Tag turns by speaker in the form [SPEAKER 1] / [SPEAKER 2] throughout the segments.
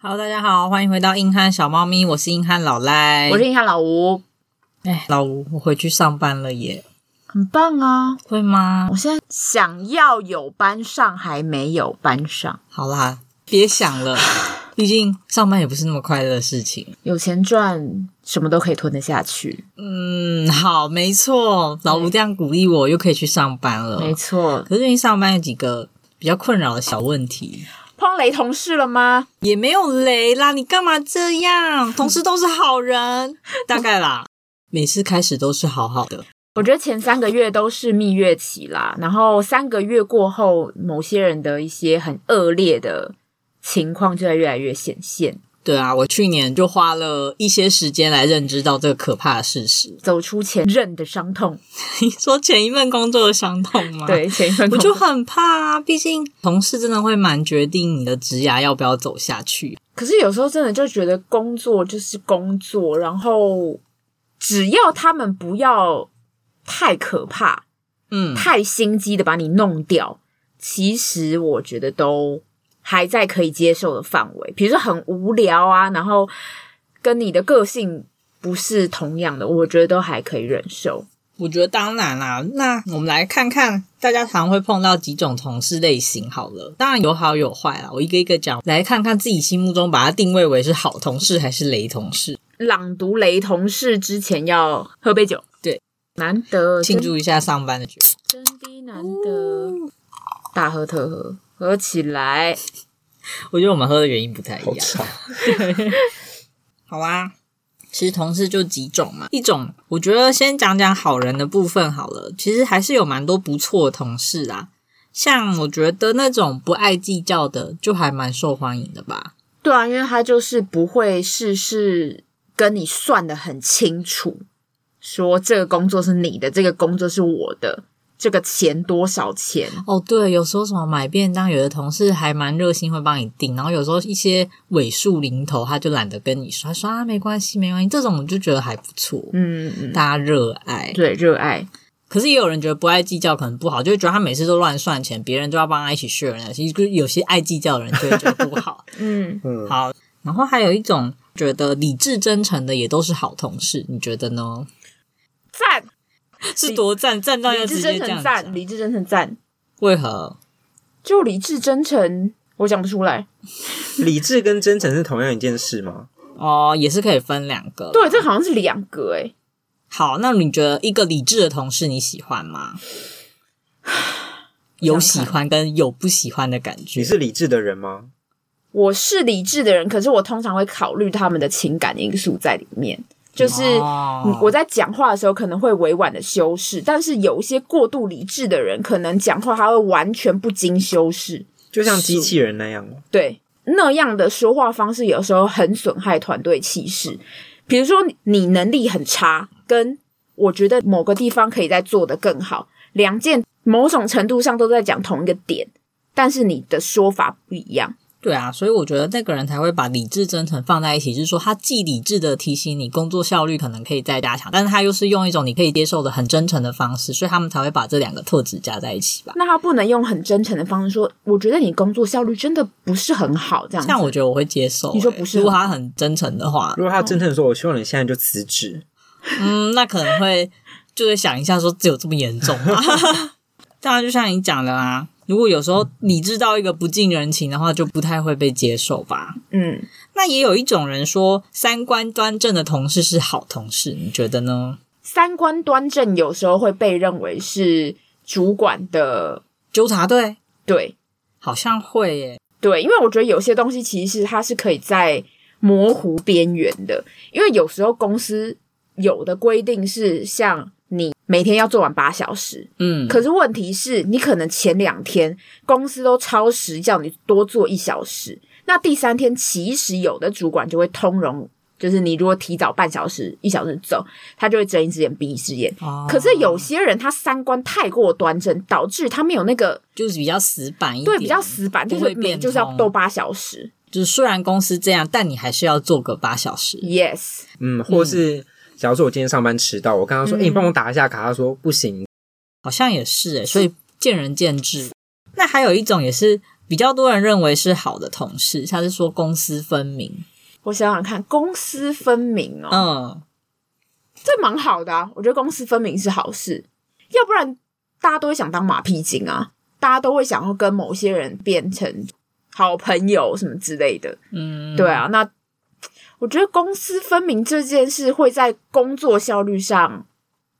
[SPEAKER 1] Hello，大家好，欢迎回到硬汉小猫咪，我是硬汉老赖，
[SPEAKER 2] 我是印象老吴，
[SPEAKER 1] 哎老吴，我回去上班了耶，
[SPEAKER 2] 很棒啊！
[SPEAKER 1] 会吗
[SPEAKER 2] 我？现在想要有班上，还没有班上，
[SPEAKER 1] 好啦，别想 了，毕竟上班也不是那么快乐的事情。
[SPEAKER 2] 有钱赚，什么都可以吞得下去。
[SPEAKER 1] 嗯，好，没错，老吴这样鼓励我，又可以去上班了。
[SPEAKER 2] 没错，
[SPEAKER 1] 可是最近上班有几个比较困扰的小问题，
[SPEAKER 2] 碰雷同事了吗？
[SPEAKER 1] 也没有雷啦，你干嘛这样？同事都是好人， 大概啦，每次开始都是好好的，
[SPEAKER 2] 我觉得前三个月都是蜜月期啦，然后三个月过后，某些人的一些很恶劣的情况就会越来越显现。
[SPEAKER 1] 对啊，我去年就花了一些时间来认知到这个可怕的事实。
[SPEAKER 2] 走出前任的伤痛，
[SPEAKER 1] 你说前一份工作的伤痛吗？，
[SPEAKER 2] 对前一份
[SPEAKER 1] 我
[SPEAKER 2] 工
[SPEAKER 1] 就
[SPEAKER 2] 作，
[SPEAKER 1] 很怕啊，毕竟同事真的会蛮决定你的职涯要不要走下去。
[SPEAKER 2] 可是有时候真的就觉得工作就是工作，然后只要他们不要太可怕、
[SPEAKER 1] 嗯，
[SPEAKER 2] 太心机的把你弄掉，其实我觉得都还在可以接受的范围。比如说很无聊啊，然后跟你的个性不是同样的，我觉得都还可以忍受。
[SPEAKER 1] 我觉得当然啦。那我们来看看大家常会碰到几种同事类型好了，当然有好有坏啦。我一个一个讲，来看看自己心目中把它定位为是好同事还是雷同事。
[SPEAKER 2] 朗读雷同事之前要喝杯酒，
[SPEAKER 1] 对，
[SPEAKER 2] 难得
[SPEAKER 1] 庆祝一下上班的决定。
[SPEAKER 2] 真的难得，大喝特喝，喝起来。
[SPEAKER 1] 我觉得我们喝的原因不太一
[SPEAKER 3] 好
[SPEAKER 1] 样。
[SPEAKER 3] 吵，
[SPEAKER 1] 好啊，其实同事就几种嘛，一种我觉得先讲讲好人的部分好了，其实还是有蛮多不错的同事啊。像我觉得那种不爱计较的，就还蛮受欢迎的吧。
[SPEAKER 2] 对啊，因为他就是不会事事跟你算的很清楚，说这个工作是你的，这个工作是我的，这个钱多少钱，
[SPEAKER 1] 哦，对，有时候什么买便当，有的同事还蛮热心，会帮你订。然后有时候一些尾数零头，他就懒得跟你说，他说啊没关系，没关系。这种我就觉得还不错，
[SPEAKER 2] 嗯嗯，
[SPEAKER 1] 大家热爱。
[SPEAKER 2] 对，热爱，
[SPEAKER 1] 可是也有人觉得不爱计较可能不好，就会觉得他每次都乱算钱，别人都要帮他一起 share 那些，就是有些爱计较的人就会觉得不 好。
[SPEAKER 2] 嗯，
[SPEAKER 3] 嗯，
[SPEAKER 1] 好，然后还有一种觉得理智真诚的也都是好同事，你觉得呢？
[SPEAKER 2] 赞，
[SPEAKER 1] 是多赞赞到要
[SPEAKER 2] 理
[SPEAKER 1] 直
[SPEAKER 2] 智
[SPEAKER 1] 接
[SPEAKER 2] 真
[SPEAKER 1] 这
[SPEAKER 2] 诚
[SPEAKER 1] 样
[SPEAKER 2] 赞，
[SPEAKER 1] 讲？
[SPEAKER 2] 理智真诚赞，
[SPEAKER 1] 为何？
[SPEAKER 2] 就理智真诚，我讲不出来，
[SPEAKER 3] 理智跟真诚是同样一件事吗？
[SPEAKER 1] 哦，也是可以分两个。
[SPEAKER 2] 对，这好像是两个欸诶、
[SPEAKER 1] 好，那你觉得一个理智的同事你喜欢 吗？有喜欢跟有不喜欢的感
[SPEAKER 3] 你
[SPEAKER 1] 觉。
[SPEAKER 3] 是理智的人吗？
[SPEAKER 2] 我是理智的人，可是我通常会考虑他们的情感因素在里面，就是。嗯
[SPEAKER 1] 哦
[SPEAKER 2] 我在讲话的时候可能会委婉的修饰，但是有一些过度理智的人，可能讲话他会完全不经修饰，
[SPEAKER 3] 就像机器人那样吗？
[SPEAKER 2] 对那样的说话方式，有时候很损害团队气势。比如说，你能力很差，跟我觉得某个地方可以再做得更好，两件某种程度上都在讲同一个点，但是你的说法不一样。
[SPEAKER 1] 对啊，所以我觉得那个人才会把理智、真诚放在一起，就是说他既理智的提醒你工作效率可能可以再加强，但是他又是用一种你可以接受的很真诚的方式，所以他们才会把这两个特质加在一起吧。
[SPEAKER 2] 那他不能用很真诚的方式说，我觉得你工作效率真的不是很好，这样子。
[SPEAKER 1] 像我觉得我会接受、
[SPEAKER 2] 你说
[SPEAKER 1] 欸
[SPEAKER 2] 不是
[SPEAKER 1] 如果
[SPEAKER 2] 很
[SPEAKER 1] 他很真诚的话，
[SPEAKER 3] 如果他真诚地说，我希望你现在就辞职，
[SPEAKER 1] 嗯，那可能会就是想一下说，只有这么严重吗？ 当然，就像你讲的啦，如果有时候理智到一个不近人情的话，就不太会被接受吧。
[SPEAKER 2] 嗯，
[SPEAKER 1] 那也有一种人说，三观端正的同事是好同事，你觉得呢？
[SPEAKER 2] 三观端正有时候会被认为是主管的
[SPEAKER 1] 纠察队
[SPEAKER 2] 对
[SPEAKER 1] 好像会耶，
[SPEAKER 2] 对，因为我觉得有些东西其实是它是可以在模糊边缘的，因为有时候公司有的规定是像你每天要做完八小时，
[SPEAKER 1] 嗯，
[SPEAKER 2] 可是问题是你可能前两天公司都超时叫你多做一小时，那第三天其实有的主管就会通融。就是你如果提早半小时、一小时走，他就会睁一只眼闭一只眼，
[SPEAKER 1] 哦
[SPEAKER 2] 可是有些人他三观太过端正，导致他没有那个
[SPEAKER 1] 就是比较死板一点，
[SPEAKER 2] 对比较死板，就
[SPEAKER 1] 不会
[SPEAKER 2] 是每
[SPEAKER 1] 变
[SPEAKER 2] 就是要
[SPEAKER 1] 通
[SPEAKER 2] 斗八小时。
[SPEAKER 1] 就是虽然公司这样，但你还是要做个八小时。
[SPEAKER 2] Yes，
[SPEAKER 3] 嗯，或是假如说我今天上班迟到，我跟他说，
[SPEAKER 2] 嗯
[SPEAKER 3] 哎，你帮我打一下卡，他说不行，
[SPEAKER 1] 好像也是诶，所以见仁见智。那还有一种也是比较多人认为是好的同事，他是说公私分明。
[SPEAKER 2] 我想想看，公私分明哦，
[SPEAKER 1] 嗯，
[SPEAKER 2] 这蛮好的啊。我觉得公私分明是好事，要不然大家都会想当马屁精啊，大家都会想要跟某些人变成好朋友什么之类的。
[SPEAKER 1] 嗯，
[SPEAKER 2] 对，啊，那我觉得公私分明这件事会在工作效率上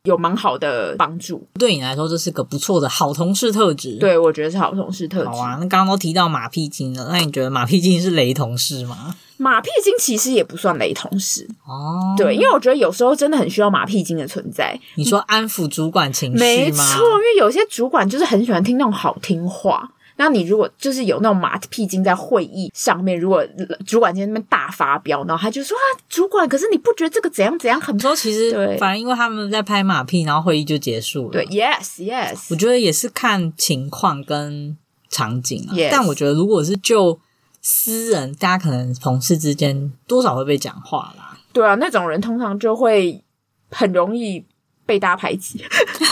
[SPEAKER 2] 有蛮好的帮助。
[SPEAKER 1] 对你来说这是个不错的好同事特质。，
[SPEAKER 2] 对，我觉得是好同事特质。
[SPEAKER 1] 好啊。那刚刚都提到马屁精了，那你觉得马屁精是雷同事吗？
[SPEAKER 2] 马屁精其实也不算雷同事，
[SPEAKER 1] 哦，
[SPEAKER 2] 对，因为我觉得有时候真的很需要马屁精的存在。
[SPEAKER 1] 你说安抚主管情绪
[SPEAKER 2] 没
[SPEAKER 1] 吗？
[SPEAKER 2] 错，因为有些主管就是很喜欢听那种好听话。那你如果就是有那种马屁精在会议上面，如果主管今天那边大发飙，然后他就说啊，主管，可是你不觉得这个怎样怎样很
[SPEAKER 1] 你说其实
[SPEAKER 2] 对
[SPEAKER 1] 反正因为他们在拍马屁，然后会议就结束了。
[SPEAKER 2] 对？Yes, yes，
[SPEAKER 1] 我觉得也是看情况跟场景啊。
[SPEAKER 2] Yes
[SPEAKER 1] 但我觉得如果是就私人，大家可能同事之间多少会被讲话啦。
[SPEAKER 2] 对啊，那种人通常就会很容易被大家排挤，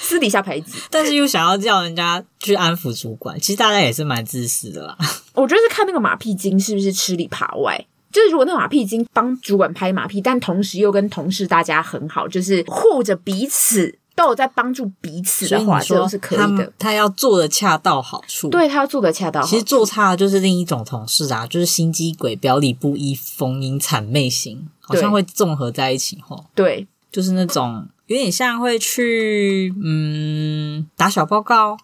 [SPEAKER 2] 私底下排挤。
[SPEAKER 1] 但是又想要叫人家去安抚主管， 其实大家也是蛮自私的啦。
[SPEAKER 2] 我觉得是看那个马屁精是不是吃里扒外。就是如果那个马屁精帮主管拍马屁，但同时又跟同事大家很好，就是护着彼此，都有在帮助彼此
[SPEAKER 1] 所以
[SPEAKER 2] 的话，
[SPEAKER 1] 你
[SPEAKER 2] 这
[SPEAKER 1] 说
[SPEAKER 2] 都是可
[SPEAKER 1] 他
[SPEAKER 2] 以
[SPEAKER 1] 们
[SPEAKER 2] 的。
[SPEAKER 1] 他要做的恰到好处。。
[SPEAKER 2] 对啊他要做的恰到好。
[SPEAKER 1] 其实做差的就是另一种同事啊，就是心机鬼、表里不一、逢迎谄媚型，好像
[SPEAKER 2] 对
[SPEAKER 1] 会综合在一起吼。
[SPEAKER 2] 对
[SPEAKER 1] 就是那种有点像会去嗯打小报告，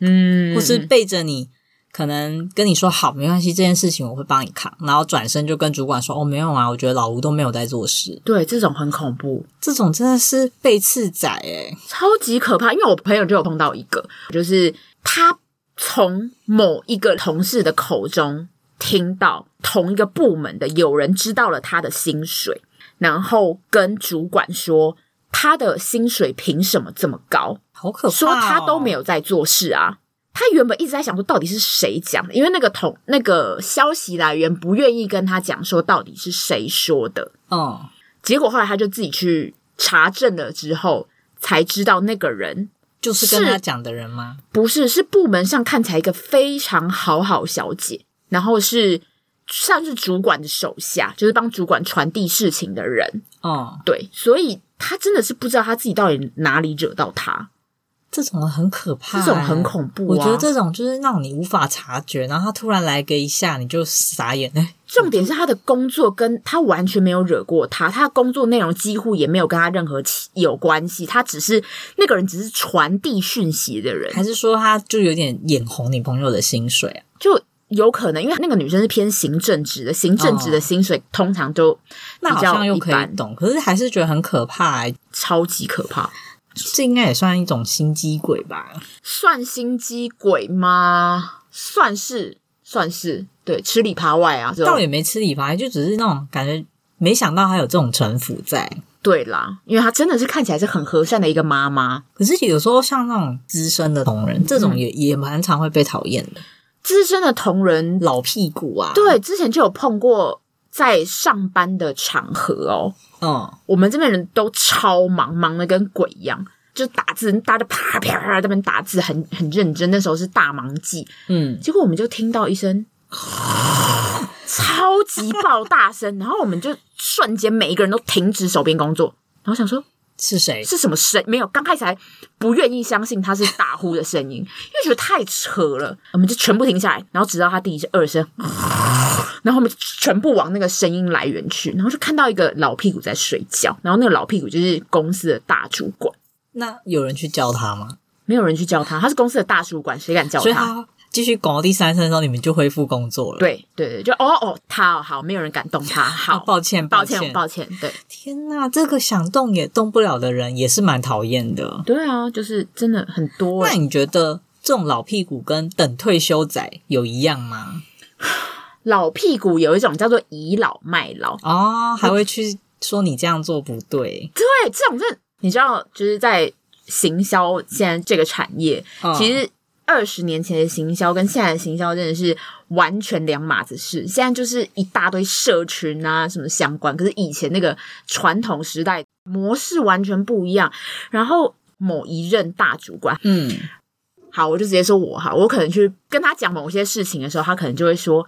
[SPEAKER 2] 嗯
[SPEAKER 1] 或是背着你，可能跟你说好没关系，这件事情我会帮你扛，然后转身就跟主管说哦没有啊，我觉得老吴都没有在做事，
[SPEAKER 2] 对这种很恐怖，
[SPEAKER 1] 这种真的是背刺仔诶、
[SPEAKER 2] 超级可怕。因为我朋友就有碰到一个，就是他从某一个同事的口中听到同一个部门的有人知道了他的薪水，然后跟主管说他的薪水凭什么这么高？
[SPEAKER 1] 好可怕、哦！
[SPEAKER 2] 说他都没有在做事啊。他原本一直在想说，到底是谁讲的？因为那个同那个消息来源不愿意跟他讲说到底是谁说的。
[SPEAKER 1] 嗯，
[SPEAKER 2] 结果后来他就自己去查证了之后，才知道那个人
[SPEAKER 1] 就是跟他
[SPEAKER 2] 是
[SPEAKER 1] 讲的人吗？
[SPEAKER 2] 不是是部门上看起来一个非常好好小姐，然后是算是主管的手下，就是帮主管传递事情的人。
[SPEAKER 1] 嗯，
[SPEAKER 2] 对，所以他真的是不知道他自己到底哪里惹到他，
[SPEAKER 1] 这种人很可怕、哎
[SPEAKER 2] 这种很恐怖、啊。
[SPEAKER 1] 我觉得这种就是让你无法察觉，然后他突然来个一下，你就傻眼。哎
[SPEAKER 2] 重点是他的工作跟他完全没有惹过他，他的工作内容几乎也没有跟他任何其有关系，他只是那个人只是传递讯息的人，
[SPEAKER 1] 还是说他就有点眼红你朋友的薪水啊？
[SPEAKER 2] 就有可能因为那个女生是偏行政职的，行政
[SPEAKER 1] 哦
[SPEAKER 2] 职的薪水通常都
[SPEAKER 1] 那
[SPEAKER 2] 比
[SPEAKER 1] 好
[SPEAKER 2] 较
[SPEAKER 1] 像又
[SPEAKER 2] 一
[SPEAKER 1] 可以
[SPEAKER 2] 般，
[SPEAKER 1] 懂，可是还是觉得很可怕、欸。
[SPEAKER 2] 超级可怕，
[SPEAKER 1] 这应该也算一种心机鬼吧？
[SPEAKER 2] 算心机鬼吗？算是算是对，吃里扒外啊，这
[SPEAKER 1] 倒
[SPEAKER 2] 种
[SPEAKER 1] 也没吃里扒外，就只是那种感觉，没想到还有这种城府在。
[SPEAKER 2] 对啦，因为她真的是看起来是很和善的一个妈妈，
[SPEAKER 1] 可是有时候像那种资深的同仁，这
[SPEAKER 2] 嗯
[SPEAKER 1] 种也、也蛮常会被讨厌的，
[SPEAKER 2] 资深的同仁
[SPEAKER 1] 老屁股啊。，
[SPEAKER 2] 对，之前就有碰过在上班的场合哦，
[SPEAKER 1] 嗯，
[SPEAKER 2] 我们这边人都超忙，忙的跟鬼一样，就打字，大家啪啪啪在那边打字，很很认真。那时候是大忙季，
[SPEAKER 1] 嗯，
[SPEAKER 2] 结果我们就听到 一声超级爆大声，然后我们就瞬间每一个人都停止手边工作，然后想说
[SPEAKER 1] 是谁？
[SPEAKER 2] 是什么声？没有，刚开始还不愿意相信他是打呼的声音，因为觉得太扯了，我们就全部停下来，然后直到他第一声二声， 然后我们就全部往那个声音来源去，然后就看到一个老屁股在睡觉，然后那个老屁股就是公司的大主管，
[SPEAKER 1] 那有人去叫他吗？
[SPEAKER 2] 没有人去叫他，他是公司的大主管，谁敢叫
[SPEAKER 1] 所以
[SPEAKER 2] 他？
[SPEAKER 1] 他继续拱到第三声的时候，你们就恢复工作了。
[SPEAKER 2] 对对对，就哦哦，他哦好，没有人敢动他，
[SPEAKER 1] 啊，
[SPEAKER 2] 好，
[SPEAKER 1] 抱歉，
[SPEAKER 2] 抱
[SPEAKER 1] 歉，
[SPEAKER 2] 歉，抱歉，对
[SPEAKER 1] 天哪，这个想动也动不了的人，也是蛮讨厌的。
[SPEAKER 2] 对啊，就是真的很多
[SPEAKER 1] 那
[SPEAKER 2] 欸，
[SPEAKER 1] 你觉得这种老屁股跟等退休仔有一样吗？
[SPEAKER 2] 老屁股有一种叫做倚老卖老，
[SPEAKER 1] 哦，还会去说你这样做不对。
[SPEAKER 2] 对，这种是你知道，就是在行销现在这个产业，
[SPEAKER 1] 嗯
[SPEAKER 2] 其实二十年前的行销跟现在的行销真的是完全两码子事。现在就是一大堆社群啊什么相关，可是以前那个传统时代模式完全不一样。然后某一任大主管
[SPEAKER 1] 嗯，
[SPEAKER 2] 好，我就直接说我哈，我可能去跟他讲某些事情的时候，他可能就会说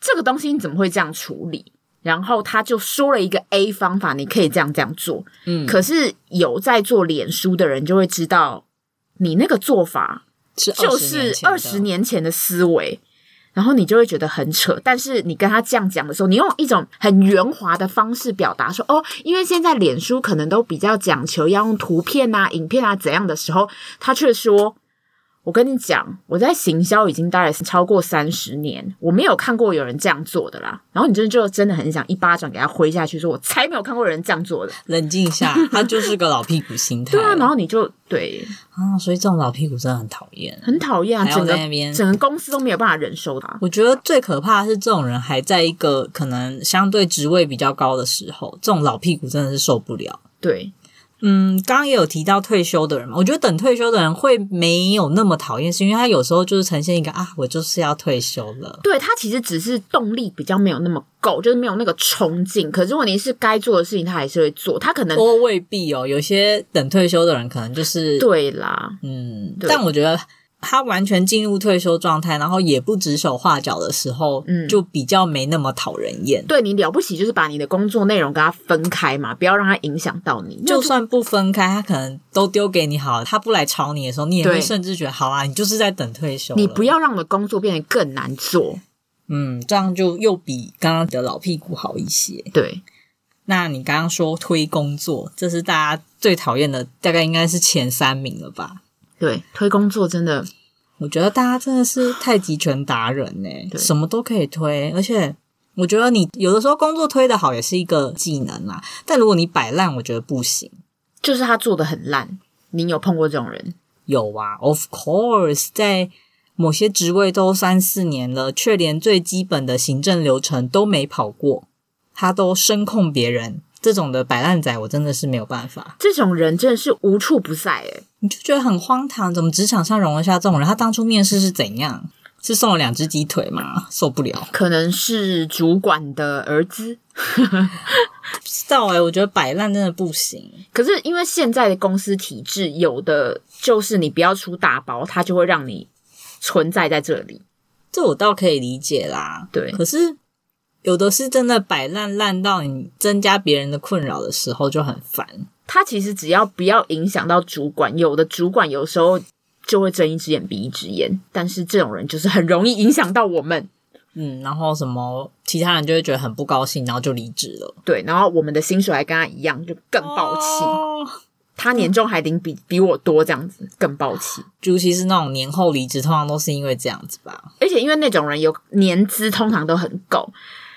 [SPEAKER 2] 这个东西你怎么会这样处理？然后他就说了一个 A 方法，你可以这样这样做。
[SPEAKER 1] 嗯，
[SPEAKER 2] 可是有在做脸书的人就会知道，你那个做法
[SPEAKER 1] 是
[SPEAKER 2] 就
[SPEAKER 1] 20年
[SPEAKER 2] 是
[SPEAKER 1] 前的
[SPEAKER 2] 二十年前的思维，然后你就会觉得很扯。但是你跟他这样讲的时候，你用一种很圆滑的方式表达说：“哦，因为现在脸书可能都比较讲求要用图片啊、影片啊怎样的时候，他却说。”我跟你讲，我在行销已经待了超过三十年，我没有看过有人这样做的啦。然后你真的就真的很想一巴掌给他挥下去，说我才没有看过有人这样做的。
[SPEAKER 1] 冷静一下，他就是个老屁股心态
[SPEAKER 2] 对啊，
[SPEAKER 1] 了。
[SPEAKER 2] 然后你就对，
[SPEAKER 1] 啊，所以这种老屁股真的很讨厌。
[SPEAKER 2] 很讨厌啊，
[SPEAKER 1] 还要
[SPEAKER 2] 整个
[SPEAKER 1] 在那边
[SPEAKER 2] 整个公司都没有办法忍受啊他。
[SPEAKER 1] 我觉得最可怕的是这种人还在一个可能相对职位比较高的时候，这种老屁股真的是受不了。
[SPEAKER 2] 对，
[SPEAKER 1] 嗯，刚刚也有提到退休的人嘛，我觉得等退休的人会没有那么讨厌，是因为他有时候就是呈现一个啊，我就是要退休了。
[SPEAKER 2] 对他其实只是动力比较没有那么够，就是没有那个冲劲。可是问题是，该做的事情他还是会做，他可能、
[SPEAKER 1] 我未必哦，有些等退休的人可能就是
[SPEAKER 2] 对啦，
[SPEAKER 1] 嗯，
[SPEAKER 2] 对
[SPEAKER 1] 但我觉得他完全进入退休状态，然后也不指手画脚的时候，
[SPEAKER 2] 嗯
[SPEAKER 1] 就比较没那么讨人厌。
[SPEAKER 2] 对你了不起就是把你的工作内容跟他分开嘛，不要让他影响到你。
[SPEAKER 1] 就算不分开，他可能都丢给你好了，他不来吵你的时候，你也会
[SPEAKER 2] 对
[SPEAKER 1] 甚至觉得好啊，你就是在等退休了。
[SPEAKER 2] 你不要让我的工作变得更难做。
[SPEAKER 1] 嗯，这样就又比刚刚的老屁股好一些。
[SPEAKER 2] 对，
[SPEAKER 1] 那你刚刚说推工作，这是大家最讨厌的，大概应该是前三名了吧？
[SPEAKER 2] 对，推工作真的
[SPEAKER 1] 我觉得大家真的是太极拳达人呢、
[SPEAKER 2] 对
[SPEAKER 1] 什么都可以推，而且我觉得你有的时候工作推的好也是一个技能啦，但如果你摆烂，我觉得不行。
[SPEAKER 2] 就是他做的很烂。你有碰过这种人？
[SPEAKER 1] 有啊，of course，在某些职位都三四年了，却连最基本的行政流程都没跑过，他都声控别人，这种的摆烂仔，我真的是没有办法。
[SPEAKER 2] 这种人真的是无处不在欸诶、
[SPEAKER 1] 你就觉得很荒唐，怎么职场上容得下这种人？他当初面试是怎样？是送了两只鸡腿吗？受不了，
[SPEAKER 2] 可能是主管的儿子。
[SPEAKER 1] 不知道哎、我觉得摆烂真的不行。
[SPEAKER 2] 可是因为现在的公司体制，有的就是你不要出大包，它就会让你存在在这里。
[SPEAKER 1] 这我倒可以理解啦，
[SPEAKER 2] 对
[SPEAKER 1] 可是有的是真的摆烂，烂到你增加别人的困扰的时候就很烦。
[SPEAKER 2] 它其实只要不要影响到主管，有的主管有时候就会睁一只眼闭一只眼，但是这种人就是很容易影响到我们。
[SPEAKER 1] 嗯，然后什么其他人就会觉得很不高兴，然后就离职了，
[SPEAKER 2] 对，然后我们的薪水还跟他一样，就更暴气。
[SPEAKER 1] 哦
[SPEAKER 2] 他年终还领比比我多，这样子更暴气。
[SPEAKER 1] 尤其是那种年后离职，通常都是因为这样子吧。
[SPEAKER 2] 而且因为那种人有年资通常都很够，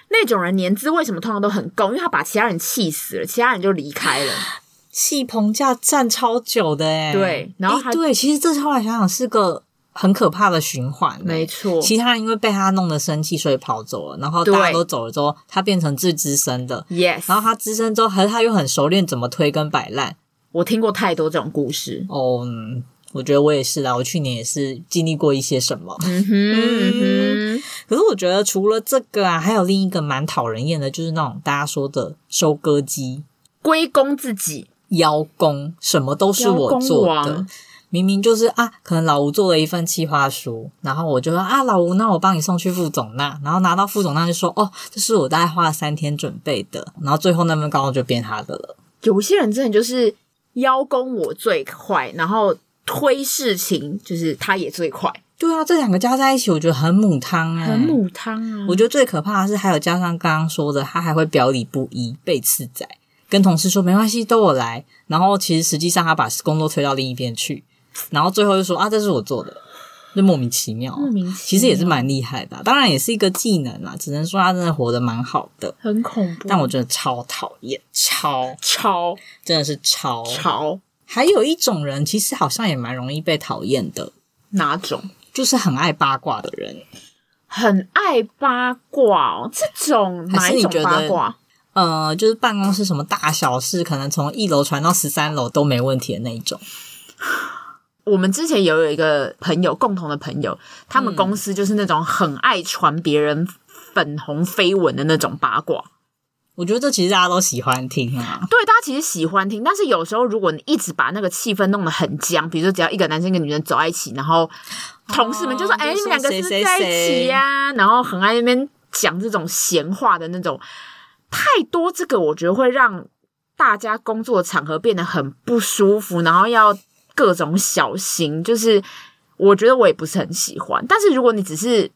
[SPEAKER 2] 那种人年资为什么通常都很够？因为他把其他人气死了，其他人就离开了。
[SPEAKER 1] 戏棚价站超久的哎、
[SPEAKER 2] 对然后
[SPEAKER 1] 诶
[SPEAKER 2] 还
[SPEAKER 1] 对，其实这后来想想是个很可怕的循环、欸，
[SPEAKER 2] 没错，
[SPEAKER 1] 其他人因为被他弄得生气，所以跑走了，然后大家
[SPEAKER 2] 对
[SPEAKER 1] 都走了之后，他变成最资深的，
[SPEAKER 2] Yes，
[SPEAKER 1] 然后他资深之后，还他又很熟练怎么推跟摆烂。
[SPEAKER 2] 我听过太多这种故事。
[SPEAKER 1] 哦、嗯我觉得我也是啦，我去年也是经历过一些什么。
[SPEAKER 2] 嗯哼，嗯哼
[SPEAKER 1] 可是我觉得除了这个啊，还有另一个蛮讨人厌的，就是那种大家说的收割机、
[SPEAKER 2] 归功自己，
[SPEAKER 1] 邀功，什么都是我做
[SPEAKER 2] 邀功
[SPEAKER 1] 的
[SPEAKER 2] 王。
[SPEAKER 1] 明明就是啊，可能老吴做了一份企划书，然后我就说啊，老吴，那我帮你送去副总那，然后拿到副总那就说哦，这是我大概花了三天准备的，然后最后那份高中就变他的了。
[SPEAKER 2] 有些人真的就是邀功我最快，然后推事情就是他也最快，
[SPEAKER 1] 对啊，这两个加在一起，我觉得很母汤哎、
[SPEAKER 2] 很。母汤啊。
[SPEAKER 1] 我觉得最可怕的是，还有加上刚刚说的，他还会表里不一，背刺仔，跟同事说没关系，都我来，然后其实实际上他把工作推到另一边去，然后最后就说啊，这是我做的，就莫名其妙啊、
[SPEAKER 2] 莫名其妙
[SPEAKER 1] 其实也是蛮厉害的啊、当然也是一个技能啦，只能说他真的活得蛮好的，
[SPEAKER 2] 很恐怖，
[SPEAKER 1] 但我真的超讨厌，超
[SPEAKER 2] 超
[SPEAKER 1] 真的是超。
[SPEAKER 2] 超
[SPEAKER 1] 还有一种人，其实好像也蛮容易被讨厌的，
[SPEAKER 2] 哪种？
[SPEAKER 1] 就是很爱八卦的人。
[SPEAKER 2] 很爱八卦哦，这种
[SPEAKER 1] 还
[SPEAKER 2] 哪
[SPEAKER 1] 是你
[SPEAKER 2] 一
[SPEAKER 1] 觉
[SPEAKER 2] 种
[SPEAKER 1] 得
[SPEAKER 2] 八卦？
[SPEAKER 1] 呃，就是办公室什么大小事，可能从一楼传到十三楼都没问题的那一种。
[SPEAKER 2] 我们之前也有一个朋友，共同的朋友，他们公司就是那种很爱传别人粉红绯闻的那种八卦。
[SPEAKER 1] 我觉得这其实大家都喜欢听啊。
[SPEAKER 2] 对，大家其实喜欢听，但是有时候如果你一直把那个气氛弄得很僵，比如说只要一个男生跟女人走在一起，然后同事们就说：“
[SPEAKER 1] 哦
[SPEAKER 2] 哎、
[SPEAKER 1] 就
[SPEAKER 2] 你
[SPEAKER 1] 说
[SPEAKER 2] 们两个
[SPEAKER 1] 谁
[SPEAKER 2] 是不
[SPEAKER 1] 谁
[SPEAKER 2] 是在一起呀、嗯然后很爱那边讲这种闲话的那种，太多这个我觉得会让大家工作场合变得很不舒服，然后要各种小心，就是我觉得我也不是很喜欢。但是如果你只是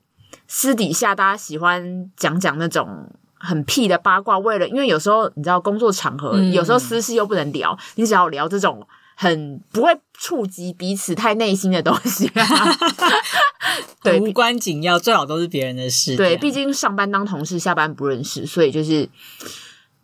[SPEAKER 2] 私底下大家喜欢讲讲那种很屁的八卦，为了因为有时候你知道工作场合，
[SPEAKER 1] 嗯
[SPEAKER 2] 有时候私事又不能聊，你只要聊这种很不会触及彼此太内心的东西、 啊，对
[SPEAKER 1] 无关紧要，最好都是别人的事。这
[SPEAKER 2] 对，
[SPEAKER 1] 样
[SPEAKER 2] 毕竟上班当同事，下班不认识，所以就是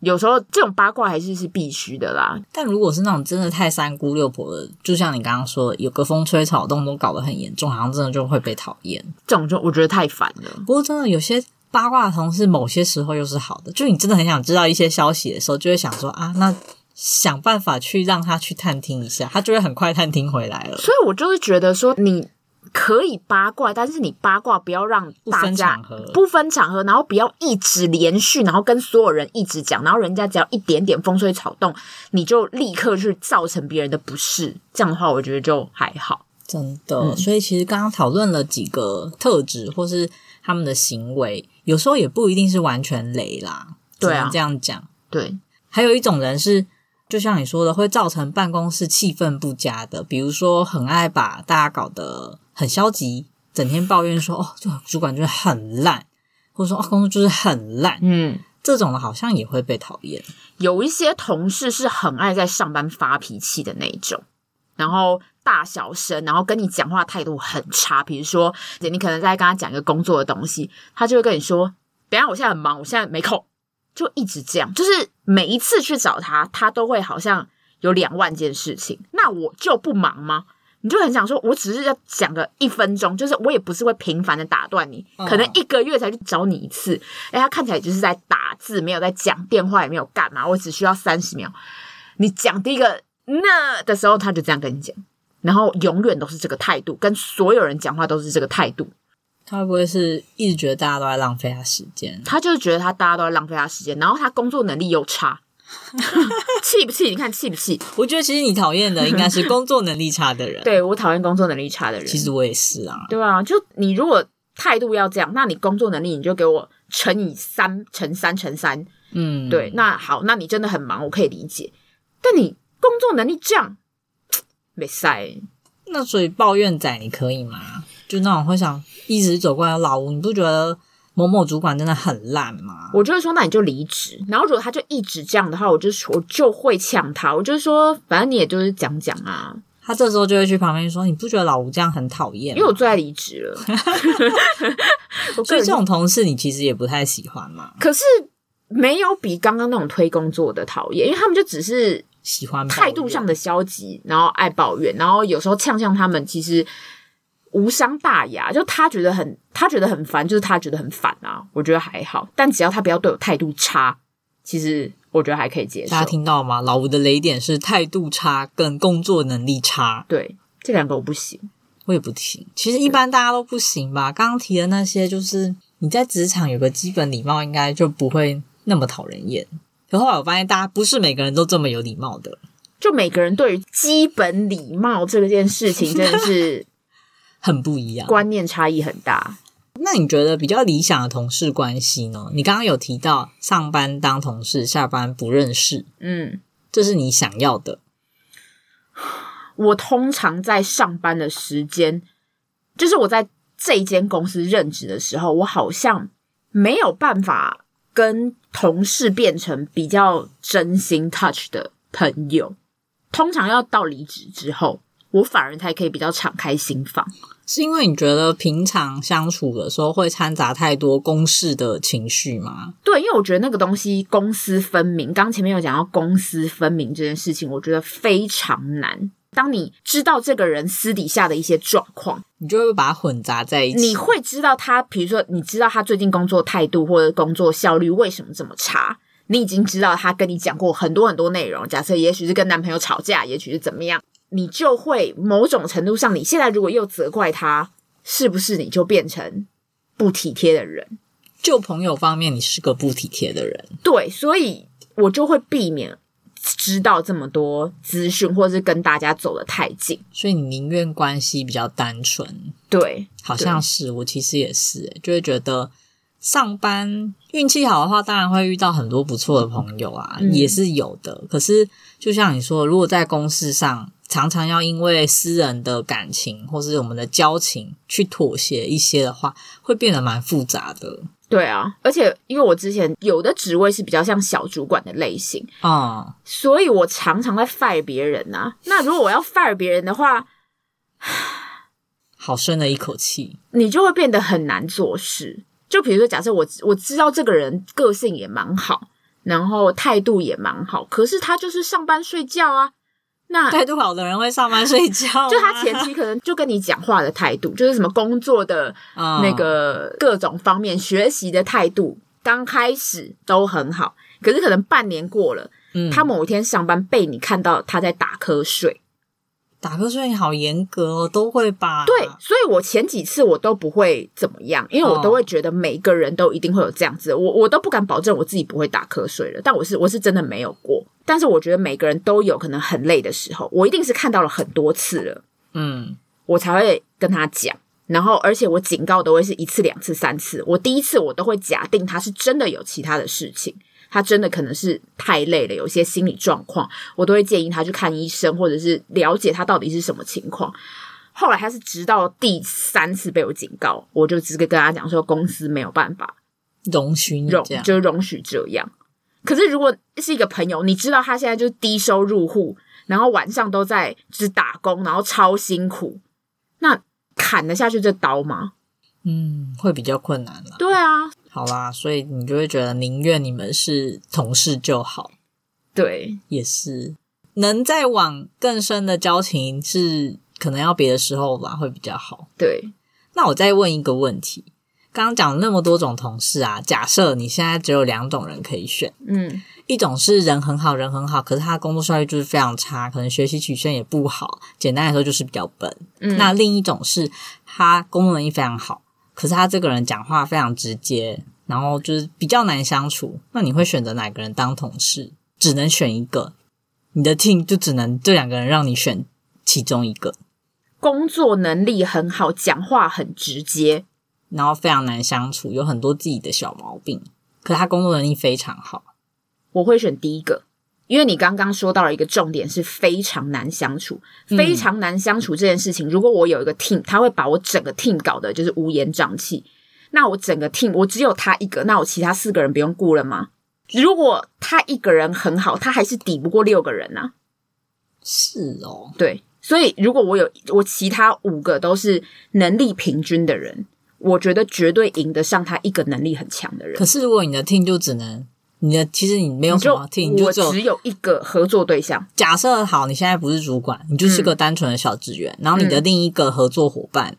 [SPEAKER 2] 有时候这种八卦还是是必须的啦。
[SPEAKER 1] 但如果是那种真的太三姑六婆的，就像你刚刚说，有个风吹草动都搞得很严重，好像真的就会被讨厌。
[SPEAKER 2] 这种就我觉得太烦了。
[SPEAKER 1] 不过真的有些八卦的同事，某些时候又是好的，就你真的很想知道一些消息的时候，就会想说啊，那想办法去让他去探听一下，他就会很快探听回来了。
[SPEAKER 2] 所以我就是觉得说，你可以八卦，但是你八卦不要让
[SPEAKER 1] 不
[SPEAKER 2] 大
[SPEAKER 1] 分
[SPEAKER 2] 家
[SPEAKER 1] 场合
[SPEAKER 2] 不分场合，然后不要一直连续，然后跟所有人一直讲，然后人家只要一点点风吹草动，你就立刻去造成别人的不适。这样的话，我觉得就还好。
[SPEAKER 1] 真的，所以其实刚刚讨论了几个特质或是他们的行为，有时候也不一定是完全雷啦，
[SPEAKER 2] 对啊
[SPEAKER 1] 只能这样讲。
[SPEAKER 2] 对，
[SPEAKER 1] 还有一种人是，就像你说的，会造成办公室气氛不佳的，比如说很爱把大家搞得很消极，整天抱怨说哦，这主管就是很烂，或者说哦，工作就是很烂，
[SPEAKER 2] 嗯，
[SPEAKER 1] 这种的好像也会被讨厌。
[SPEAKER 2] 有一些同事是很爱在上班发脾气的那一种，然后大小声，然后跟你讲话态度很差。比如说，你可能在跟他讲一个工作的东西，他就会跟你说：“等一下，我现在很忙，我现在没空。”就一直这样，就是每一次去找他，他都会好像有两万件事情。那我就不忙吗？你就很想说，我只是要讲个一分钟，就是我也不是会频繁的打断你，
[SPEAKER 1] 嗯
[SPEAKER 2] 可能一个月才去找你一次。哎，他看起来就是在打字，没有在讲电话，也没有干嘛，我只需要三十秒。你讲第一个那的时候，他就这样跟你讲，然后永远都是这个态度，跟所有人讲话都是这个态度。
[SPEAKER 1] 他会不会是一直觉得大家都在浪费他时 间？
[SPEAKER 2] 他就是觉得他大家都在浪费他时间，然后他工作能力 又差，气不气？你看气不气？
[SPEAKER 1] 我觉得其实你讨厌的应该是工作能力差的人。
[SPEAKER 2] 对我讨厌工作能力差的人。
[SPEAKER 1] 其实我也是啊，
[SPEAKER 2] 对啊，就你如果态度要这样，那你工作能力你就给我乘以三，乘三，乘三。
[SPEAKER 1] 嗯，
[SPEAKER 2] 对，那好，那你真的很忙，我可以理解。但你工作能力这样，没塞。
[SPEAKER 1] 那所以抱怨仔你可以吗？就那种会想一直走过来的老吴，你不觉得某某主管真的很烂吗？
[SPEAKER 2] 我就会说，那你就离职。然后如果他就一直这样的话，我就我就会呛他，我就说，反正你也就是讲讲啊，
[SPEAKER 1] 他这时候就会去旁边说：“你不觉得老吴这样很讨厌吗？”
[SPEAKER 2] 因为我最爱离 职了。我个
[SPEAKER 1] 所以这
[SPEAKER 2] 人就
[SPEAKER 1] 种同事你其实也不太喜欢嘛，
[SPEAKER 2] 可是没有比刚刚那种推工作的讨厌，因为他们就只是
[SPEAKER 1] 喜欢抱怨
[SPEAKER 2] 态度上的消极，然后爱抱怨，然后有时候呛呛他们，其实无伤大雅。就他觉得很，他觉得很烦，就是他觉得很烦啊。我觉得还好，但只要他不要对我态度差，其实我觉得还可以接受
[SPEAKER 1] 大家。听到吗？老吴的雷点是态度差跟工作能力差，
[SPEAKER 2] 对，这两个我不行。
[SPEAKER 1] 我也不行。其实一般大家都不行吧。刚刚提的那些，就是你在职场有个基本礼貌，应该就不会那么讨人厌。可后来我发现，大家不是每个人都这么有礼貌的。
[SPEAKER 2] 就每个人对于基本礼貌这件事情，真的是
[SPEAKER 1] 很不一样。
[SPEAKER 2] 观念差异很大。
[SPEAKER 1] 那你觉得比较理想的同事关系呢？你刚刚有提到上班当同事，下班不认识，
[SPEAKER 2] 嗯，
[SPEAKER 1] 这是你想要的。
[SPEAKER 2] 我通常在上班的时间，就是我在这一间公司任职的时候，我好像没有办法跟同事变成比较真心 touch 的朋友。通常要到离职之后，我反而才可以比较敞开心房。
[SPEAKER 1] 是因为你觉得平常相处的时候会掺杂太多公式的情绪吗？
[SPEAKER 2] 对，因为我觉得那个东西公私分明，刚前面有讲到公私分明这件事情，我觉得非常难。当你知道这个人私底下的一些状况，
[SPEAKER 1] 你就会把它混杂在一起。
[SPEAKER 2] 你会知道他，比如说，你知道他最近工作态度或者工作效率为什么这么差，你已经知道他跟你讲过很多很多内容。假设也许是跟男朋友吵架，也许是怎么样，你就会某种程度上，你现在如果又责怪他，是不是你就变成不体贴的人？
[SPEAKER 1] 就朋友方面，你是个不体贴的人。
[SPEAKER 2] 对，所以我就会避免知道这么多资讯，或者是跟大家走得太近。
[SPEAKER 1] 所以你宁愿关系比较单纯，
[SPEAKER 2] 对，
[SPEAKER 1] 好像是我其实也是、欸就会觉得上班运气好的话，当然会遇到很多不错的朋友啊，
[SPEAKER 2] 嗯
[SPEAKER 1] 也是有的。可是就像你说，如果在公事上，常常要因为私人的感情或是我们的交情去妥协一些的话，会变得蛮复杂的。
[SPEAKER 2] 对啊，而且因为我之前有的职位是比较像小主管的类型，
[SPEAKER 1] 啊、
[SPEAKER 2] 所以我常常在 fire 别人呐、啊那如果我要 fire 别人的话，
[SPEAKER 1] 好深的一口气。
[SPEAKER 2] 你就会变得很难做事。就比如说，假设我我知道这个人个性也蛮好，然后态度也蛮好，可是他就是上班睡觉啊。那
[SPEAKER 1] 态度好的人会上班睡觉吗，
[SPEAKER 2] 就他前期可能就跟你讲话的态度，就是什么工作的
[SPEAKER 1] 啊
[SPEAKER 2] 那个各种方面、学习的态度，刚开始都很好，可是可能半年过了，
[SPEAKER 1] 嗯
[SPEAKER 2] 他某一天上班被你看到他在打瞌睡，
[SPEAKER 1] 打瞌睡你好严格哦，都会吧？
[SPEAKER 2] 对，所以我前几次我都不会怎么样，因为我都会觉得每个人都一定会有这样子，我我都不敢保证我自己不会打瞌睡了，但我是我是真的没有过，但是我觉得每个人都有可能很累的时候，我一定是看到了很多次了。
[SPEAKER 1] 嗯，
[SPEAKER 2] 我才会跟他讲。然后，而且我警告都会是一次、两次、三次。我第一次我都会假定他是真的有其他的事情，他真的可能是太累了，有一些心理状况，我都会建议他去看医生，或者是了解他到底是什么情况。后来他是直到第三次被我警告，我就直接跟他讲说公司没有办法
[SPEAKER 1] 容许你
[SPEAKER 2] 容
[SPEAKER 1] 嗯这，样，
[SPEAKER 2] 就是容许这样。可是如果是一个朋友，你知道他现在就是低收入户，然后晚上都在就是打工，然后超辛苦，那砍得下去这刀吗？
[SPEAKER 1] 嗯，会比较困难啦。
[SPEAKER 2] 对啊，
[SPEAKER 1] 好啦，所以你就会觉得宁愿你们是同事就好，
[SPEAKER 2] 对
[SPEAKER 1] 也是能再往更深的交情是可能要别的时候吧，会比较好。
[SPEAKER 2] 对，
[SPEAKER 1] 那我再问一个问题，刚刚讲了那么多种同事啊，假设你现在只有两种人可以选，
[SPEAKER 2] 嗯
[SPEAKER 1] 一种是人很好，人很好，可是他的工作效率就是非常差，可能学习曲线也不好，简单来说就是比较笨。
[SPEAKER 2] 嗯，
[SPEAKER 1] 那另一种是他工作能力非常好，可是他这个人讲话非常直接，然后就是比较难相处。那你会选择哪个人当同事？只能选一个，你的 team 就只能这两个人让你选其中一个，
[SPEAKER 2] 工作能力很好，讲话很直接，
[SPEAKER 1] 然后非常难相处，有很多自己的小毛病。可他工作能力非常好，
[SPEAKER 2] 我会选第一个，因为你刚刚说到了一个重点，是非常难相处，
[SPEAKER 1] 嗯
[SPEAKER 2] 非常难相处这件事情。如果我有一个 team，他会把我整个 team 搞得就是乌烟瘴气，那我整个 team 我只有他一个，那我其他四个人不用顾了吗？如果他一个人很好，他还是抵不过六个人呐、
[SPEAKER 1] 是哦，
[SPEAKER 2] 对，所以如果我有我其他五个都是能力平均的人，我觉得绝对赢得上他一个能力很强的人
[SPEAKER 1] 可。是如果你的 team 就只能你的，其实你没有
[SPEAKER 2] 你
[SPEAKER 1] 什
[SPEAKER 2] 就
[SPEAKER 1] 么啊 team，你就
[SPEAKER 2] 我
[SPEAKER 1] 只有
[SPEAKER 2] 只有一个合作对象，
[SPEAKER 1] 假设好，你现在不是主管，你就是
[SPEAKER 2] 嗯
[SPEAKER 1] 个单纯的小职员，然后你的另一个合作伙伴，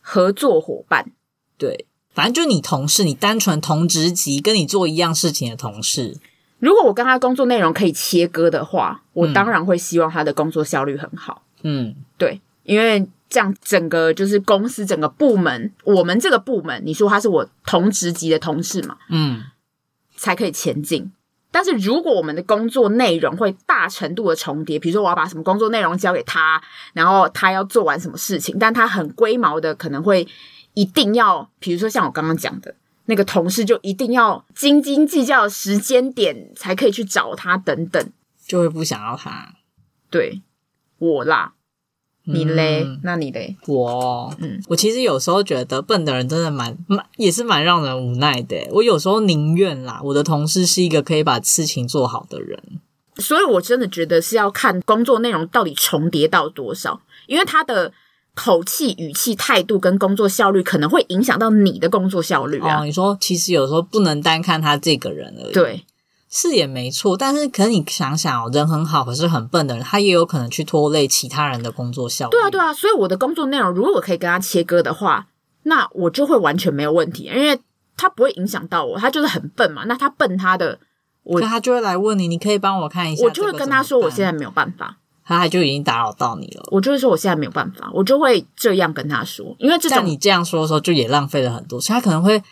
[SPEAKER 2] 合作伙伴。
[SPEAKER 1] 对，反正就你同事，你单纯同职级跟你做一样事情的同事，
[SPEAKER 2] 如果我跟他工作内容可以切割的话，我当然会希望他的工作效率很好，
[SPEAKER 1] 嗯，
[SPEAKER 2] 对，因为这样整个就是公司整个部门，我们这个部门，你说他是我同职级的同事嘛，
[SPEAKER 1] 嗯，
[SPEAKER 2] 才可以前进。但是如果我们的工作内容会大程度的重叠，比如说我要把什么工作内容交给他，然后他要做完什么事情，但他很龟毛的，可能会一定要，比如说像我刚刚讲的那个同事，就一定要斤斤计较的时间点才可以去找他等等。
[SPEAKER 1] 就会不想要他。
[SPEAKER 2] 对我啦，你嘞，
[SPEAKER 1] 嗯
[SPEAKER 2] 那你嘞，
[SPEAKER 1] 我，哦
[SPEAKER 2] 嗯
[SPEAKER 1] 我其实有时候觉得笨的人真的蛮蛮也是蛮让人无奈的。欸我有时候宁愿啦，我的同事是一个可以把事情做好的人，
[SPEAKER 2] 所以我真的觉得是要看工作内容到底重叠到多少，因为他的口气、语气、态度跟工作效率啊可能会影响到你的工作效率啊。
[SPEAKER 1] 哦，你说其实有时候不能单看他这个人而已，
[SPEAKER 2] 对，
[SPEAKER 1] 是也没错，但是可是你想想哦，人很好，可是很笨的人，他也有可能去拖累其他人的工作效率。
[SPEAKER 2] 对啊，对啊。所以我的工作内容如果我可以跟他切割的话，那我就会完全没有问题，因为他不会影响到我，他就是很笨嘛。那他笨他的，
[SPEAKER 1] 可他就会来问你，你可以帮我看一下。
[SPEAKER 2] 我就会跟他说我现在
[SPEAKER 1] 在，
[SPEAKER 2] 没有办法，
[SPEAKER 1] 他还就已经打扰到你了。
[SPEAKER 2] 我就会说我现在没有办法，我就会这样跟他说，因为这
[SPEAKER 1] 像
[SPEAKER 2] 种
[SPEAKER 1] 你这样说的时候，就也浪费了很多，所以他可能会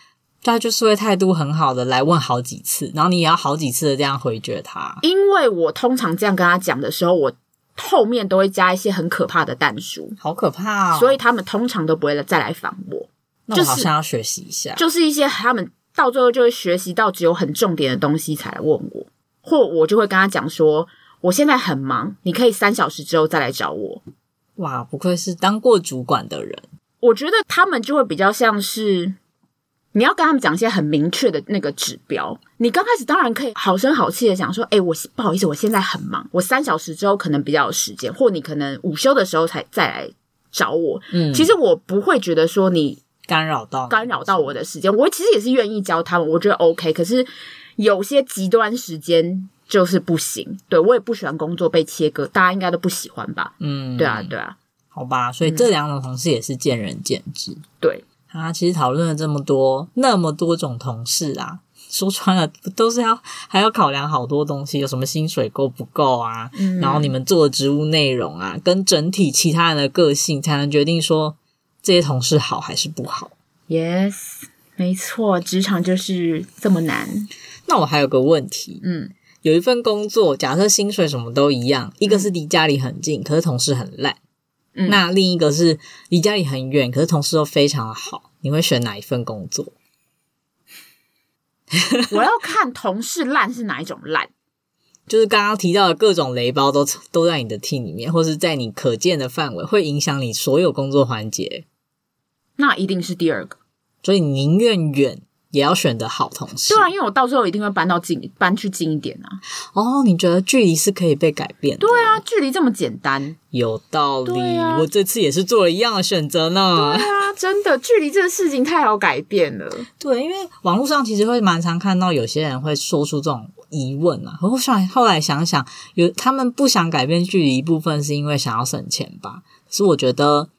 [SPEAKER 1] 他就是会态度很好的来问好几次，然后你也要好几次的这样回绝他。
[SPEAKER 2] 因为我通常这样跟他讲的时候，我后面都会加一些很可怕的弹书，
[SPEAKER 1] 好可怕哦！
[SPEAKER 2] 所以他们通常都不会再来烦我，
[SPEAKER 1] 那我好像要学习一下。
[SPEAKER 2] 就是一些他们到最后就会学习到只有很重点的东西才来问我，或我就会跟他讲说，我现在很忙，你可以三小时之后再来找我。
[SPEAKER 1] 哇，不愧是当过主管的人，
[SPEAKER 2] 我觉得他们就会比较像是。你要跟他们讲一些很明确的那个指标。你刚开始当然可以好声好气的讲说：“哎、我不好意思，我现在很忙，我三小时之后可能比较有时间，或你可能午休的时候才再来找我。”
[SPEAKER 1] 嗯，
[SPEAKER 2] 其实我不会觉得说你
[SPEAKER 1] 干扰到你
[SPEAKER 2] 干扰到我的时间，我其实也是愿意教他们，我觉得 OK。可是有些极端时间就是不行，对我也不喜欢工作被切割，大家应该都不喜欢吧？
[SPEAKER 1] 嗯，
[SPEAKER 2] 对啊，，对啊，
[SPEAKER 1] 好吧，所以这两种同事也是见仁见智。
[SPEAKER 2] 对，
[SPEAKER 1] 啊，其实讨论了这么多，那么多种同事啊，说穿了都是要还要考量好多东西，有什么薪水够不够啊，
[SPEAKER 2] 嗯
[SPEAKER 1] 然后你们做的职务内容啊，跟整体其他人的个性，才能决定说这些同事好还是不好。
[SPEAKER 2] yes，没错，职场就是这么难。
[SPEAKER 1] 那我还有个问题，
[SPEAKER 2] 嗯，
[SPEAKER 1] 有一份工作，假设薪水什么都一样，一个是离家里很近，可是同事很烂，
[SPEAKER 2] 嗯
[SPEAKER 1] 那另一个是离家里很远，可是同事都非常的好，你会选哪一份工作？
[SPEAKER 2] 我要看同事烂是哪一种烂。
[SPEAKER 1] 就是刚刚提到的各种雷包都都在你的 team 里面，或是在你可见的范围，会影响你所有工作环节，
[SPEAKER 2] 那一定是第二个，
[SPEAKER 1] 所以你宁愿远也要选择好同事。
[SPEAKER 2] 对啊，因为我到时候一定会搬到近，搬去近一点啊。
[SPEAKER 1] 哦，你觉得距离是可以被改变的？
[SPEAKER 2] 对啊，距离这么简单，
[SPEAKER 1] 有道理。
[SPEAKER 2] 对啊
[SPEAKER 1] 我这次也是做了一样的选择呢
[SPEAKER 2] 对。啊，真的，距离这个事情太好改变了。
[SPEAKER 1] 对，因为网络上其实会蛮常看到有些人会说出这种疑问啊。我想后来想想，有他们不想改变距离一部分是因为想要省钱吧。可是我觉得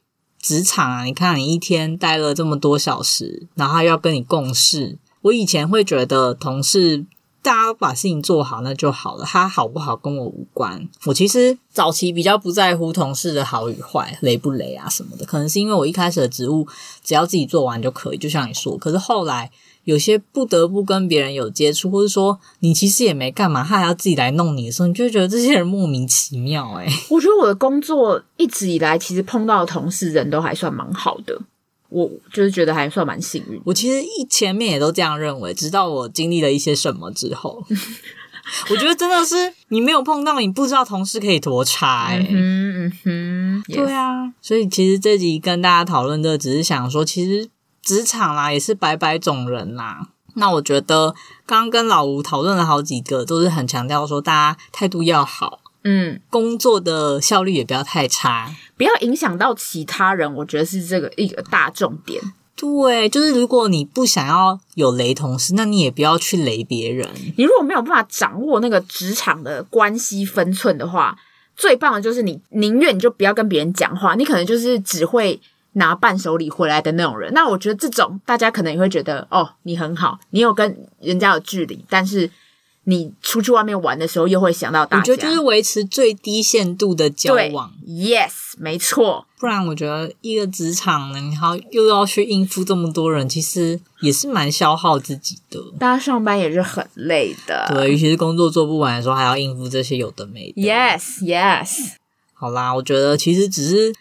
[SPEAKER 1] 职场啊，你看你一天待了这么多小时，然后还要跟你共事，我以前会觉得同事。大家把事情做好那就好了，他好不好跟我无关。我其实早期比较不在乎同事的好与坏、雷不雷啊什么的，可能是因为我一开始的职务只要自己做完就可以，就像你说。可是后来有些不得不跟别人有接触，或者说你其实也没干嘛，他还要自己来弄你的时候，你就会觉得这些人莫名其妙、欸。哎，
[SPEAKER 2] 我觉得我的工作一直以来，其实碰到的同事人都还算蛮好的，我就是觉得还算蛮幸运。
[SPEAKER 1] 我其实一前面也都这样认为，直到我经历了一些什么之 后，我觉得真的是你没有碰到，你不知道同事可以多差、欸。
[SPEAKER 2] 嗯哼嗯哼，
[SPEAKER 1] 对啊，所以其实这集跟大家讨论这，只是想说，其实职场啦也是百百种人啦。那我觉得刚刚跟老吴讨论了好几个，都是很强调说大家态度要好，
[SPEAKER 2] 嗯，
[SPEAKER 1] 工作的效率也不要太差。
[SPEAKER 2] 不要影响到其他人，我觉得是这个一个大重点。
[SPEAKER 1] 对，就是如果你不想要有雷同事，那你也不要去雷别人。
[SPEAKER 2] 你如果没有办法掌握那个职场的关系分寸的话，最棒的就是你宁愿你就不要跟别人讲话，你可能就是只会拿伴手礼回来的那种人。那我觉得这种大家可能也会觉得哦，你很好，你有跟人家有距离，但是你出去外面玩的时候又会想到大
[SPEAKER 1] 我
[SPEAKER 2] 家。
[SPEAKER 1] 觉得就是维持最低限度的交
[SPEAKER 2] 对
[SPEAKER 1] 往，
[SPEAKER 2] ，yes，没错，
[SPEAKER 1] 不然我觉得一个职场呢，然后又要去应付这么多人，其实也是蛮消耗自己的。
[SPEAKER 2] 大家上班也是很累的。
[SPEAKER 1] 对，尤其是工作做不完的时候，还要应付这些有的没的。
[SPEAKER 2] ，yes，yes，
[SPEAKER 1] 好啦，我觉得其实只是，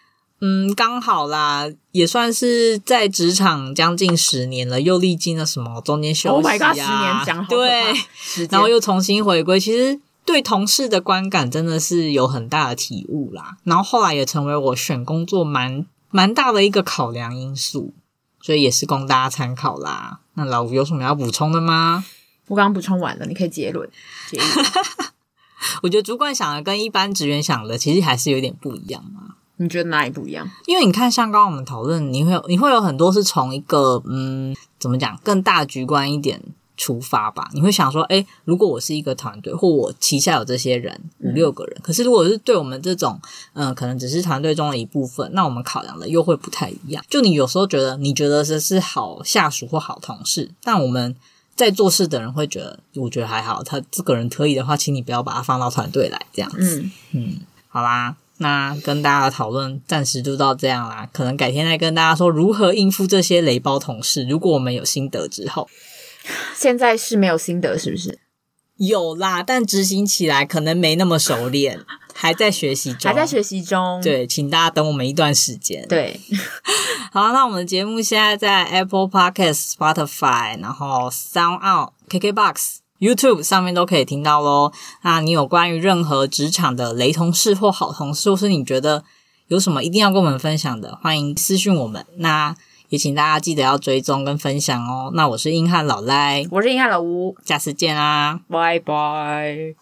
[SPEAKER 1] 嗯，刚好啦，也算是在职场将近十年了，又历经了什么中间 休
[SPEAKER 2] Oh
[SPEAKER 1] 息、啊、
[SPEAKER 2] my god，十年讲好可怕
[SPEAKER 1] 对，
[SPEAKER 2] 时间
[SPEAKER 1] 然后又重新回归，其实对同事的观感真的是有很大的体悟啦。然后后来也成为我选工作蛮蛮大的一个考量因素，所以也是供大家参考啦。那老吴有什么要补充的吗？
[SPEAKER 2] 我刚刚补充完了，你可以结论。结语
[SPEAKER 1] 我觉得主管想的跟一般职员想的其实还是有点不一样嘛。
[SPEAKER 2] 你觉得哪里不一样？
[SPEAKER 1] 因为你看，像刚刚我们讨论，你会有你会有很多是从一个嗯，怎么讲更大局观一点出发吧。你会想说，哎，如果我是一个团队，或我旗下有这些人五六个人，可是如果是对我们这种，嗯、可能只是团队中的一部分，那我们考量的又会不太一样。就你有时候觉得你觉得这是好下属或好同事，但我们。在做事的人会觉得，我觉得还好。他这个人可以的话，请你不要把他放到团队来这样子。
[SPEAKER 2] 嗯。
[SPEAKER 1] 好啦，那跟大家的讨论暂时就到这样啦，可能改天再跟大家说如何应付这些雷包同事。如果我们有心得之后，
[SPEAKER 2] 现在是没有心得，是不是？
[SPEAKER 1] 有啦，但执行起来可能没那么熟练，还在学习中，
[SPEAKER 2] 还在。学习中。
[SPEAKER 1] 对，请大家等我们一段时间。
[SPEAKER 2] 对，
[SPEAKER 1] 好，那我们的节目现在在 Apple Podcast、Spotify，然后 Sound Out、KKBox、YouTube 上面都可以听到喽。那你有关于任何职场的雷同事或好同事，或是你觉得有什么一定要跟我们分享的，欢迎私讯我们。那也请大家记得要追踪跟分享哦。那我是硬汉老赖，
[SPEAKER 2] 我是硬汉老吴，
[SPEAKER 1] 下次见啦。
[SPEAKER 2] 拜拜。